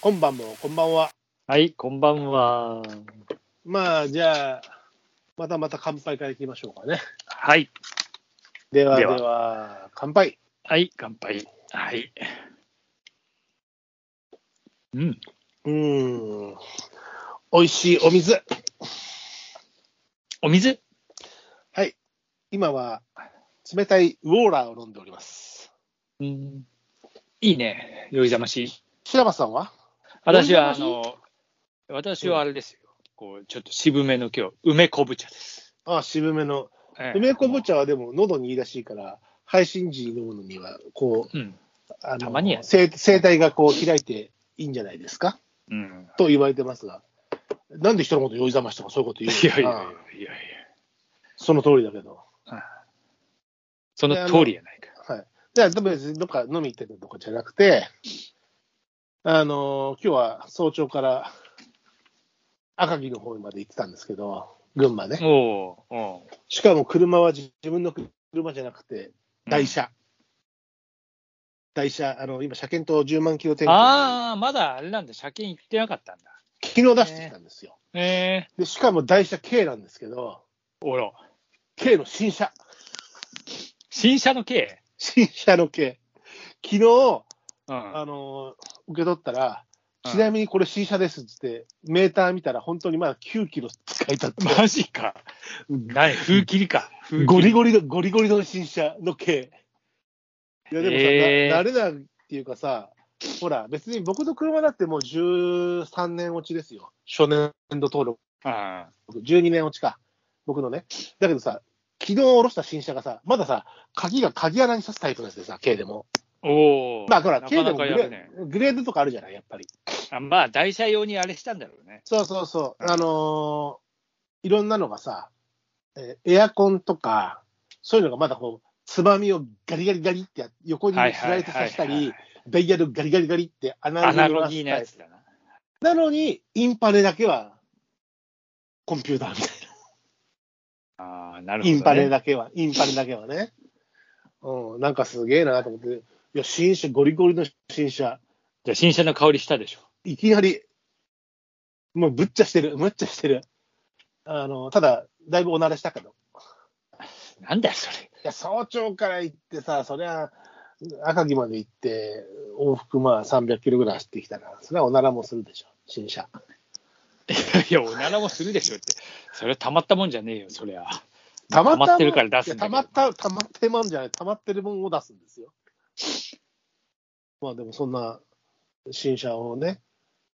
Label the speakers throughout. Speaker 1: 今晩も、こんばんは。
Speaker 2: はい、こんばんは。
Speaker 1: まあ、じゃあ、またまた乾杯からいきましょうかね。
Speaker 2: はい、
Speaker 1: ではで
Speaker 2: で
Speaker 1: は、
Speaker 2: は
Speaker 1: 乾杯。
Speaker 2: はい、乾杯。はい。うん、
Speaker 1: うーん。美味しいお水。
Speaker 2: お水
Speaker 1: 今は、冷たいウォーラーを飲んでおります。
Speaker 2: うん、いいね、酔いざましい。
Speaker 1: 白松さんは
Speaker 2: 私は、
Speaker 1: 酔い
Speaker 2: あ
Speaker 1: ざましい
Speaker 2: の、私はあれですよ、こう、ちょっと渋めの今日、梅昆布茶です。
Speaker 1: ああ、渋めの。
Speaker 2: ええ
Speaker 1: 梅昆布茶はでも、喉にいいらしいから、配信時に飲むのには、こう、
Speaker 2: うん、
Speaker 1: あの
Speaker 2: たまには
Speaker 1: 声声帯がこう開いていいんじゃないですか
Speaker 2: うん。
Speaker 1: と言われてますが、なんで人のこと酔いざましとかそういうこと言うの
Speaker 2: いやいやいやい
Speaker 1: ああ
Speaker 2: やいや、
Speaker 1: その通りだけど。
Speaker 2: その通りやないか。
Speaker 1: はい。じゃあ、多分別にどっか飲み行ってたとかじゃなくて、あのー今日は早朝から赤城の方まで行ってたんですけど、群馬ね。
Speaker 2: おうおう
Speaker 1: しかも車は自自分の車じゃなくて、台車。台車、あの、今、車検と10万キロ点検、
Speaker 2: ああ、まだあれなんだ、車検行ってなかったんだ。
Speaker 1: 昨日出してきたんですよ。
Speaker 2: ええ
Speaker 1: で、しかも台車 K なんですけど、
Speaker 2: おら、
Speaker 1: K の新車。
Speaker 2: 新車の刑
Speaker 1: 新車の K。昨日、
Speaker 2: うん
Speaker 1: あのー受け取ったら、
Speaker 2: うん
Speaker 1: ちなみにこれ C 車ですっつって、メーター見たら本当にまだ9キロ使えたって、
Speaker 2: マジか。ない、風切りか。
Speaker 1: ゴリ
Speaker 2: ゴ
Speaker 1: ゴリの、ゴリゴリの新車の系。いやでもさ、
Speaker 2: へー
Speaker 1: な慣れないっていうかさ、ほら、別に僕の車だってもう13年落ちですよ。初年度登録。
Speaker 2: リ。あ
Speaker 1: 12年落ちか。僕のね。だけどさ、昨日下ろした新車がさ、まださ、鍵が鍵穴に刺すタイプのやつでさ、K でも。
Speaker 2: あおお。
Speaker 1: まあ、ほら、
Speaker 2: な
Speaker 1: K
Speaker 2: か
Speaker 1: で
Speaker 2: な
Speaker 1: も
Speaker 2: か
Speaker 1: グ
Speaker 2: や
Speaker 1: レ,、
Speaker 2: るね。
Speaker 1: グレードとかあるじゃない、やっぱり。
Speaker 2: あまあ、台車用にあれしたんだろうね。
Speaker 1: そうそうそう。あのーいろんなのがさ、えーエアコンとか、そういうのがまだこう、つまみをガリガリガリってや横にスライドさせた
Speaker 2: はいはい
Speaker 1: り、ダイヤルガリガリガリってアナ
Speaker 2: アナ
Speaker 1: ロ
Speaker 2: ロ
Speaker 1: グ
Speaker 2: ギー
Speaker 1: な
Speaker 2: なやつだな。
Speaker 1: なのに、インパネだけは、コンピューターみたい
Speaker 2: ああ、な
Speaker 1: な。
Speaker 2: るほど、
Speaker 1: イ
Speaker 2: ね。
Speaker 1: ンパネだけは、インパネだけはね。うん、なんかすげえなと思って、いや、新車、ゴリゴリの新車、
Speaker 2: じゃあ新車の香りしたでしょ。
Speaker 1: いきなり、もうぶっちゃしてる、むっちゃしてる。あの、ただ、だいぶおならしたけど。
Speaker 2: なんだよ、それ。
Speaker 1: いや、早朝から行ってさ、そりゃ、赤城まで行って、往復まあ300キロぐらい走ってきたら、それはおならもするでしょ、新車。
Speaker 2: いや、おならもするでしょって。それはたまったもんじゃねえよ、そりゃ。
Speaker 1: たま
Speaker 2: 溜まってるから出すんだ
Speaker 1: た
Speaker 2: けど
Speaker 1: まった、たまってまんじゃない、たまってるもんを出すんですよ。まあでもそんな新車をね、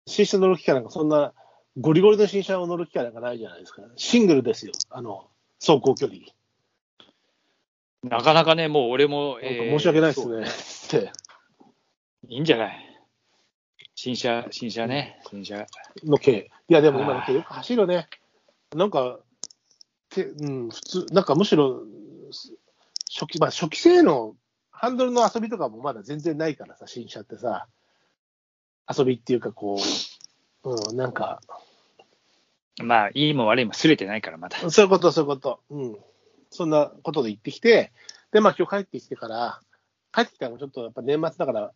Speaker 1: 新車乗る機会なんか、そんなゴリゴリの新車を乗る機会なんかないじゃないですか。シングルですよ、あの、走行距離。
Speaker 2: なかなかね、もう俺も。
Speaker 1: なんか
Speaker 2: えー
Speaker 1: 申し訳ないで
Speaker 2: そう
Speaker 1: すね、って
Speaker 2: いいんじゃない新車、新車ね。新車。
Speaker 1: の系。いや、でも今の系よく走るね。なんか、てうん、普通、なんかむしろ、す初期、まあ初期性能、ハンドルの遊びとかもまだ全然ないからさ、新車ってさ、遊びっていうかこう、うん、なんか、
Speaker 2: まあ、いいも悪いもすれてないから、まだ。
Speaker 1: そういうこと、そういうこと。うん。そんなことで行ってきて、で、まあ今日帰ってきてから、帰ってきたらもうちょっとやっぱ年末だから、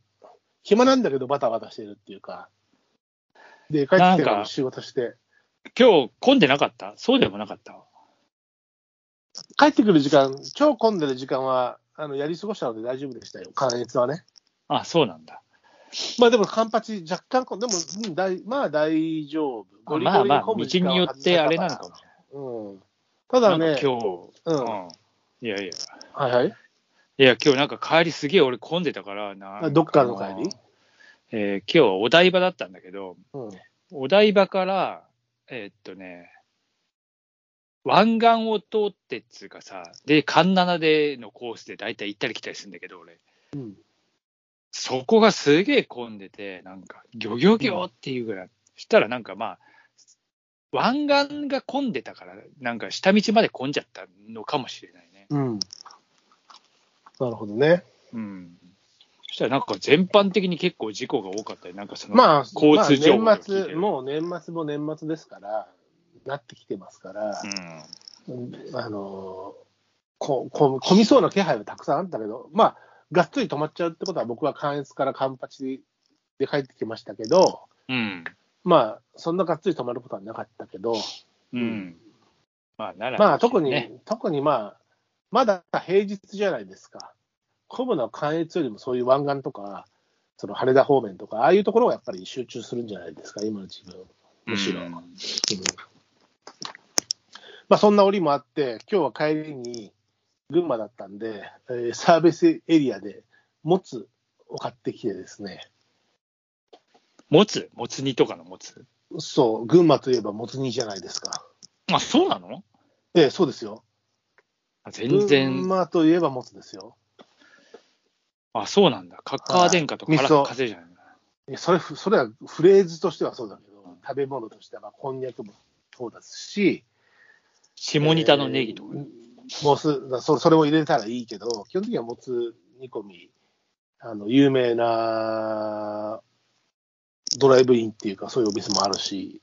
Speaker 1: 暇なんだけどバタバタしてるっていうか、で、帰ってきてか
Speaker 2: なん
Speaker 1: ら
Speaker 2: か
Speaker 1: 仕事して、
Speaker 2: 今日混んでなかったそうでもなかった
Speaker 1: 帰ってくる時間、超混んでる時間は、あの、やり過ごしたので大丈夫でしたよ、関越はね。
Speaker 2: あ、そうなんだ。
Speaker 1: まあでも、カンパチ若干混んでも、うん、大まあ大丈夫。ゴリゴリ
Speaker 2: まあまあ、
Speaker 1: 混
Speaker 2: 道
Speaker 1: む時間
Speaker 2: に
Speaker 1: は
Speaker 2: よってあれなのかもし
Speaker 1: うん。た
Speaker 2: れな
Speaker 1: だ
Speaker 2: い。なん
Speaker 1: ね
Speaker 2: か、今日、
Speaker 1: うん。は
Speaker 2: うん。いやいや。
Speaker 1: いはい。
Speaker 2: いや、今日なんか帰りすげえ俺混んでたからな。
Speaker 1: あどっからの帰り
Speaker 2: えー今日はお台場だったんだけど、
Speaker 1: うん。
Speaker 2: お台場から、えーっとね、湾岸を通ってっつうかさ、で、環七でのコースで大体行ったり来たりするんだけど、俺。
Speaker 1: うん。
Speaker 2: そこがすげえ混んでて、なんか、ギョギョギョっていうぐらい。したらなんかまあ、湾岸が混んでたから、なんか下道まで混んじゃったのかもしれないね。
Speaker 1: うん。なるほどね。
Speaker 2: うん。そしたらなんか全般的に結構事故が多かったり、なんかその、
Speaker 1: まあ、
Speaker 2: 交通情報
Speaker 1: まあ
Speaker 2: が
Speaker 1: 年
Speaker 2: 聞いて
Speaker 1: 末、
Speaker 2: る
Speaker 1: もう年末も年末ですから、なってきてますから、
Speaker 2: うん。
Speaker 1: あのここ混みそうな気配はたくさんあったけど、まあ、がっつり止まっちゃうってことは、僕は関越からカンパチで帰ってきましたけど、
Speaker 2: うん。
Speaker 1: まあ、そんながっつり止まることはなかったけど、
Speaker 2: うん。まあ、なら、
Speaker 1: まあ、特に、
Speaker 2: ね
Speaker 1: 特にまあ、まだ平日じゃないですか。コブの関越よりもそういう湾岸とか、その羽田方面とか、ああいうところがやっぱり集中するんじゃないですか、今の自分。むしろ。
Speaker 2: うん
Speaker 1: まあ、そんな折もあって、今日は帰りに群馬だったんで、えーサービスエリアでもつを買ってきてですね、
Speaker 2: もつもつ煮とかのもつ
Speaker 1: そう、群馬といえばもつ煮じゃないですか。
Speaker 2: あ、そうなの
Speaker 1: ええ、そうですよ。
Speaker 2: あ全
Speaker 1: 群
Speaker 2: 然、
Speaker 1: 馬といえばもつですよ。
Speaker 2: あ、そうなんだ。カッカー殿下とか
Speaker 1: はい
Speaker 2: 原
Speaker 1: 味噌
Speaker 2: 風じゃない
Speaker 1: いやそれ、それはフレーズとしてはそうだけど、食べ物としては、まあ、こんにゃくもそうですし、
Speaker 2: 下仁田のネギとか。
Speaker 1: えーもつだそ、それも入れたらいいけど、基本的にはもつ煮込み、あの、有名なドライブインっていうか、そういうお店もあるし、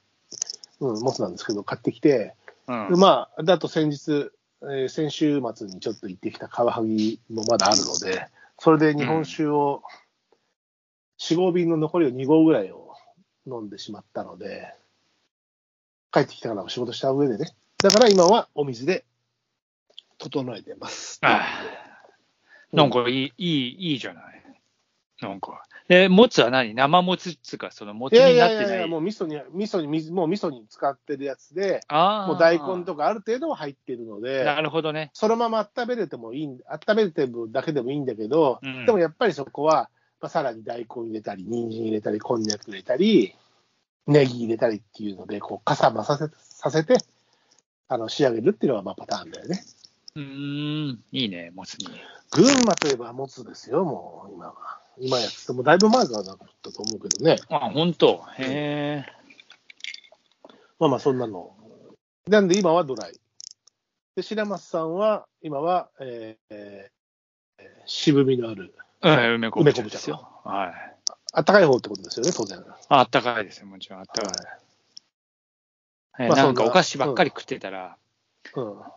Speaker 1: うん、もつなんですけど、買ってきて、
Speaker 2: うん
Speaker 1: でまあ、だと先日、えー先週末にちょっと行ってきたカワハギもまだあるので、それで日本酒を、4、5瓶の残りを2合ぐらいを飲んでしまったので、帰ってきたからも仕事した上でね、だから今はお水で整えてます。
Speaker 2: ああなんかいい、いい、いいじゃない。なんか。え、もつは何生もつっつうか、そのもつ
Speaker 1: いやい
Speaker 2: になっ
Speaker 1: や
Speaker 2: てない。
Speaker 1: いやいや、もう味噌に、味噌に、水もう味噌に使ってるやつで、
Speaker 2: ああ。
Speaker 1: もう大根とかある程度は入ってるので、
Speaker 2: なるほどね。
Speaker 1: そのまま温めれてもいい、温めてるだけでもいいんだけど、
Speaker 2: うん
Speaker 1: でもやっぱりそこは、まあ、さらに大根入れたり、人参入れたり、こんにゃく入れたり、ネギ入れたりっていうので、こう、かさまさせさせて、あの、仕上げるっていうのが、まあ、パターンだよね。
Speaker 2: うーん、いいね、もつに。
Speaker 1: 群馬といえば、もつですよ、もう、今は。今やつっても、だいぶ前からだったと思うけどね。
Speaker 2: あ、本当。へえ。
Speaker 1: まあまあ、そんなの。なんで、今はドライ。で、白松さんは、今は、えーえー渋みのある、
Speaker 2: うん、梅昆布
Speaker 1: 梅昆布茶
Speaker 2: ですよ。はい。
Speaker 1: あったかい方ってことですよね、当然。
Speaker 2: ああったかいですよ、もちろん。あったかい。え
Speaker 1: まあ
Speaker 2: なんか
Speaker 1: そんな
Speaker 2: お菓子ばっかり食ってたら、
Speaker 1: うん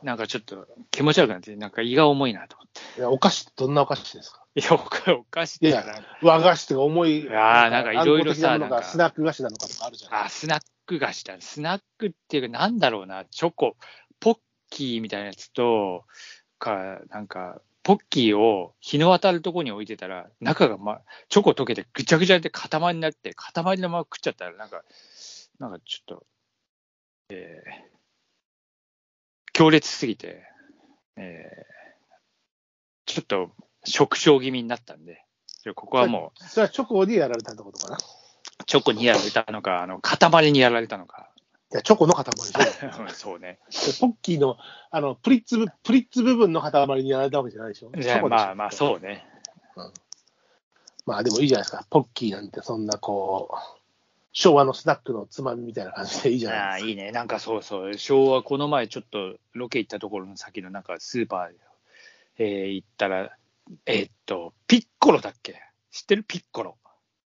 Speaker 2: なんかちょっと気持ち悪くなって、なんか胃が重いなと思って。
Speaker 1: いや、お菓子ってどんなお菓子ですか
Speaker 2: いや、おかお菓子ってなんか
Speaker 1: 和菓子とか重い、
Speaker 2: いやーなんかいろいろさ
Speaker 1: 暗号的なもの
Speaker 2: なん
Speaker 1: が
Speaker 2: か
Speaker 1: スナック菓子なのかとかあるじゃん。
Speaker 2: あ、スナック菓子だ。スナックっていうか、なんだろうな、チョコ、ポッキーみたいなやつと、か、なんか、ポッキーを日の当たるとこに置いてたら、中が、ま、チョコ溶けてぐちゃぐちゃで塊になって、塊のまま食っちゃったら、なんか、なんかちょっと、えー、強烈すぎて、えー、ちょっと、食傷気味になったんで、ちょここはもう、
Speaker 1: それはチョコにやられたってことかな。い
Speaker 2: チョコにやられたのか、あの、塊にやられたのか。
Speaker 1: や、チョコの塊でしょ。
Speaker 2: うんそうね。
Speaker 1: ポッキーの、あの、プリッツ部、プリッツ部分の塊にやられたわけじゃないでしょ。
Speaker 2: じゃあまあまあ、
Speaker 1: う。
Speaker 2: そうね。
Speaker 1: まあでもいいじゃないですか。ポッキーなんてそんなこう、昭和のスナックのつまみみたいな感じでいいじゃ
Speaker 2: あ
Speaker 1: ないで
Speaker 2: あ、
Speaker 1: すか。
Speaker 2: いいね。なんかそうそう。昭和、この前ちょっとロケ行ったところの先のなんかスーパー、えー行ったら、えーっと、ピッコロだっけ知ってるピッコロ。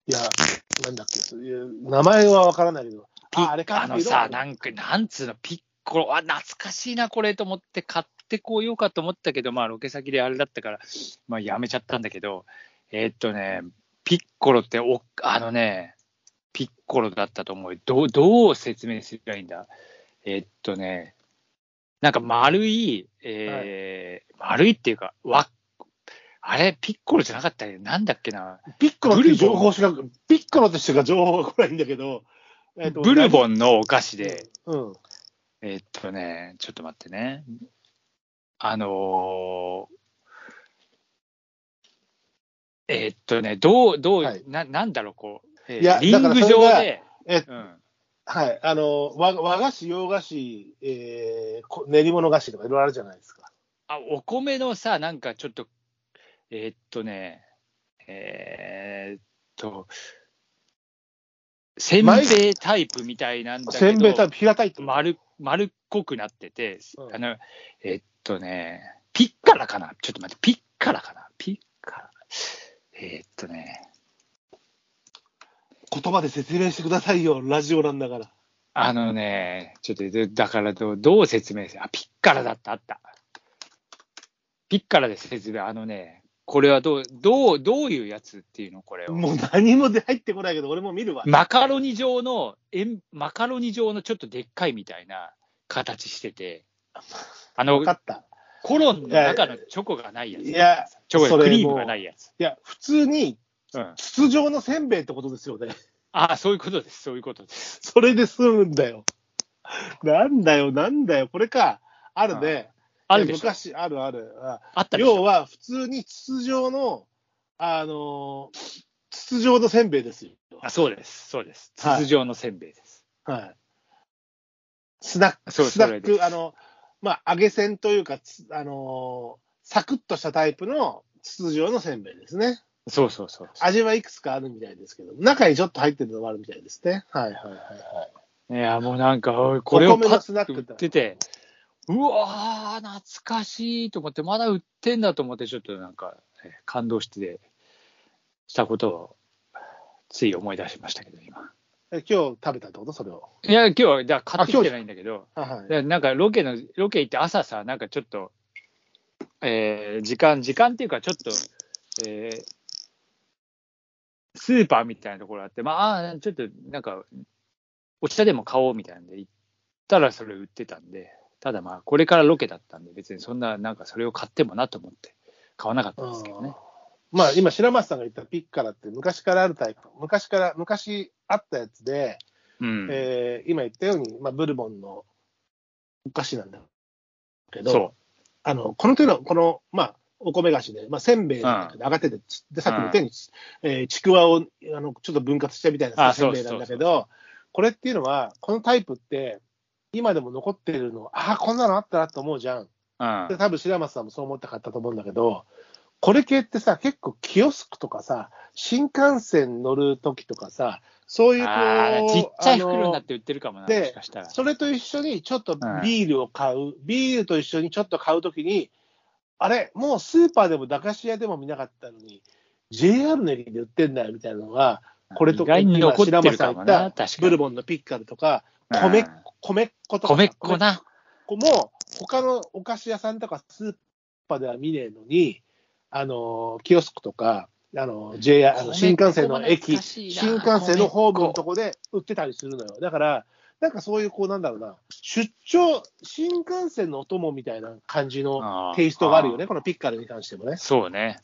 Speaker 1: いや、なんだっけ、そういう名前はわからないけど、
Speaker 2: ピ
Speaker 1: あ、あれか
Speaker 2: あのさ、
Speaker 1: 色々
Speaker 2: なんか、なんつうの、ピッコロ、あ、懐かしいな、これと思って買ってこようかと思ったけど、まあ、ロケ先であれだったから、まあ、やめちゃったんだけど、えーっとね、ピッコロってお、あのね、ピッコロだったと思う。どう、どう説明すればいいんだえーっとね、なんか丸い、えー丸いっていうか、わあれ、ピッコロじゃなかったよ。なんだっけな。
Speaker 1: ピッコロっていう情報しか、ピッコロとしてしか情報が来ないんだけど、えっと
Speaker 2: ブルボンのお菓子で、
Speaker 1: うん。
Speaker 2: えーっとね、ちょっと待ってね。あのーえーっとね、どう、どう、
Speaker 1: はい
Speaker 2: ななんだろう、こう、えー
Speaker 1: いや
Speaker 2: リ
Speaker 1: だ
Speaker 2: ン
Speaker 1: から
Speaker 2: グ
Speaker 1: それ
Speaker 2: 上
Speaker 1: が
Speaker 2: で、
Speaker 1: えっ
Speaker 2: うん、
Speaker 1: はい、あの和和菓子、洋菓子、えーこ練り物菓子とかいろいろあるじゃないですか。
Speaker 2: あお米のさ、なんかちょっと、えーっとね、えーっと、せんべいタイプみたいなんだけど、
Speaker 1: せんべいタイプ、平たいってこと。
Speaker 2: 丸丸っこくなってて、
Speaker 1: うん
Speaker 2: あのえっとね、ピッカラかな、ちょっと待って、ピッカラかな、ピッカラ、えっとね、
Speaker 1: 言葉で説明してくださいよ、ラジオなんだから。
Speaker 2: あのね、ちょっとでだからどうどう説明する、あ、ピッカラだった、あった、ピッカラで説明、あのね、これはどう、どう、どういうやつっていうのこれを。
Speaker 1: もう何も出入ってこないけど、俺も見るわ。
Speaker 2: マカロニ状の、円マカロニ状のちょっとでっかいみたいな形してて、あの
Speaker 1: 分、かった。
Speaker 2: コロンの中のチョコがないやつ。
Speaker 1: いや、
Speaker 2: チョコ
Speaker 1: そ
Speaker 2: がク
Speaker 1: れ
Speaker 2: リー
Speaker 1: も
Speaker 2: ム
Speaker 1: う
Speaker 2: がないやつ。
Speaker 1: いや、普通に
Speaker 2: うん。
Speaker 1: 筒状のせんべいってことですよね。
Speaker 2: ああ、そういうことです、そういうことです。
Speaker 1: それで済むんだよ。なんだよ、なんだよ、これか。あるね。
Speaker 2: あるでし
Speaker 1: いや
Speaker 2: ょ。
Speaker 1: 昔、あるある。あ
Speaker 2: あったでしょ。
Speaker 1: 要は、普通に筒状の、あのー筒状のせんべいですよ。
Speaker 2: あそうです、そうです。
Speaker 1: はい
Speaker 2: 筒状のせんべいです。
Speaker 1: はい。スナック、
Speaker 2: そう
Speaker 1: スナ
Speaker 2: それ
Speaker 1: ッ
Speaker 2: です
Speaker 1: ク、あの、まあ、揚げせんというか、つあのーサクッとしたタイプの筒状のせんべいですね。
Speaker 2: そうそうそう。
Speaker 1: 味はいくつかあるみたいですけど、中にちょっと入ってるのもあるみたいですね。はいはいはいはい。
Speaker 2: いや、もうなんか、おいこれをパ
Speaker 1: 米のスナ
Speaker 2: ッ
Speaker 1: ッ
Speaker 2: と
Speaker 1: ク
Speaker 2: 売
Speaker 1: だ
Speaker 2: ってて、うわー、懐かしいと思って、まだ売ってんだと思って、ちょっとなんか、えー感動して、したことを、つい思い出しましたけど、今。
Speaker 1: え今日食べたってことそれを。
Speaker 2: いや、今日は、だから買ってきてないんだけど、
Speaker 1: はいはい
Speaker 2: だからなんかロケの、ロケ行って朝さ、なんかちょっと、えー時間、時間っていうか、ちょっと、えースーパーみたいなところあって、まああー、ちょっとなんか、お茶でも買おうみたいなんで、行ったらそれ売ってたんで、ただまあ、これからロケだったんで、別にそんな、なんかそれを買ってもなと思って、買わなかったんですけどね。
Speaker 1: まあ今、白松さんが言ったピッカラって昔からあるタイプ、昔から、昔あったやつで、
Speaker 2: うん。
Speaker 1: えー今言ったように、まあ、ブルボンのお菓子なんだけど、
Speaker 2: そ
Speaker 1: あのこの手の、この、まあ、お米菓子で、まあ、せんべいなんだけど、上がってて、つでさっきも言ったように、えーちくわをあのちょっと分割したみたいな
Speaker 2: あ
Speaker 1: させんべいなんだけ
Speaker 2: そうそう
Speaker 1: ど、これっていうのは、このタイプって、今でも残ってるの、ああ、こんなのあったなと思うじゃん。
Speaker 2: う。うん
Speaker 1: で。多分白松さんもそう思って買ったと思うんだけど、これ系ってさ、結構キオスクとかさ、新幹線乗る時とかさ、そういうこう
Speaker 2: あーちっちゃい袋にな
Speaker 1: あ
Speaker 2: っ
Speaker 1: の
Speaker 2: て売ってるかもな、
Speaker 1: で
Speaker 2: もしかしたら。
Speaker 1: それと一緒にちょっと
Speaker 2: ん
Speaker 1: ビールを買う、ビールと一緒にちょっと買うときに、あれ、もうスーパーでも駄菓子屋でも見なかったのに、JR の駅で売ってんだよみたいなのが、これと
Speaker 2: 意外に残ってるかも
Speaker 1: 今白
Speaker 2: な、
Speaker 1: 松さん言った
Speaker 2: 確か
Speaker 1: ブル
Speaker 2: に。
Speaker 1: ボンのピッカルとか、
Speaker 2: うん
Speaker 1: 米っ米っ子とかさ、
Speaker 2: 米っこな。
Speaker 1: こも、他のお菓子屋さんとかスーパーでは見ねえのに、あの、キオスクとか、あの、JR、あの 新幹線の駅、新幹線のホームのとこで売ってたりするのよ。だから、なんかそういう、こう、なんだろうな、出張、新幹線のお供みたいな感じのテイストがあるよね、このピッカルに関してもね。
Speaker 2: そうね。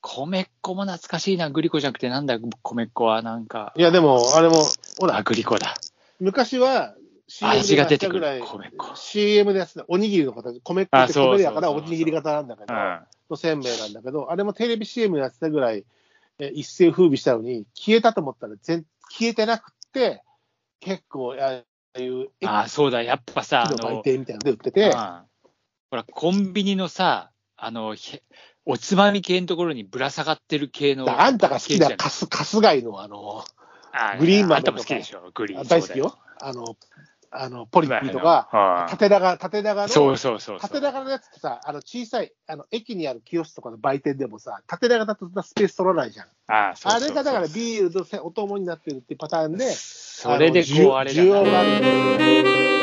Speaker 2: 米っこも懐かしいな。グリコじゃなくて、なんだ、米っこはなんか。
Speaker 1: いや、でも、あれも、ほ
Speaker 2: あ、
Speaker 1: ら、
Speaker 2: グリコだ。
Speaker 1: 昔は CM で
Speaker 2: 味が出てく
Speaker 1: 出した
Speaker 2: る。
Speaker 1: ぐらい
Speaker 2: 米っこ。
Speaker 1: CM でやってた、おにぎりの形、米っこって米だから
Speaker 2: あそうそうそう
Speaker 1: お
Speaker 2: そう
Speaker 1: にぎり型なんだけど、
Speaker 2: うん。
Speaker 1: のせんべいなんだけど、あれもテレビ CM やってたぐらい、えー一世風靡したのに、消えたと思ったら全、消えてなくって、結構、ああいう、駅
Speaker 2: あ、そうだ。やっぱさ、あ
Speaker 1: の売
Speaker 2: の、
Speaker 1: 店みたいなので売って
Speaker 2: うん
Speaker 1: て、
Speaker 2: ほら、コンビニのさ、あの、へおつまみ系のところにぶら下がってる系の。
Speaker 1: あんたが好きな
Speaker 2: パッケージじゃない
Speaker 1: カス、カス貝の、あの、
Speaker 2: あ
Speaker 1: グリーン
Speaker 2: あ
Speaker 1: マン
Speaker 2: ん
Speaker 1: のと
Speaker 2: た
Speaker 1: か
Speaker 2: も好きでしょ、グリー
Speaker 1: あ
Speaker 2: ン。
Speaker 1: 大好き
Speaker 2: そう
Speaker 1: よ。あの、あの、ポリ
Speaker 2: だよ。
Speaker 1: ッピーとか、
Speaker 2: うん
Speaker 1: 縦長、縦長の、
Speaker 2: そうそうそうそう。
Speaker 1: 縦長のやつってさ、あの小さい、あの駅にあるキオスとかの売店でもさ、縦長だとそんなスペース取らないじゃん。
Speaker 2: あそうそうそ
Speaker 1: あ
Speaker 2: う
Speaker 1: れがだからビールのせお供になってるっていうパターンで、
Speaker 2: それでこうあれだ
Speaker 1: 需要がある。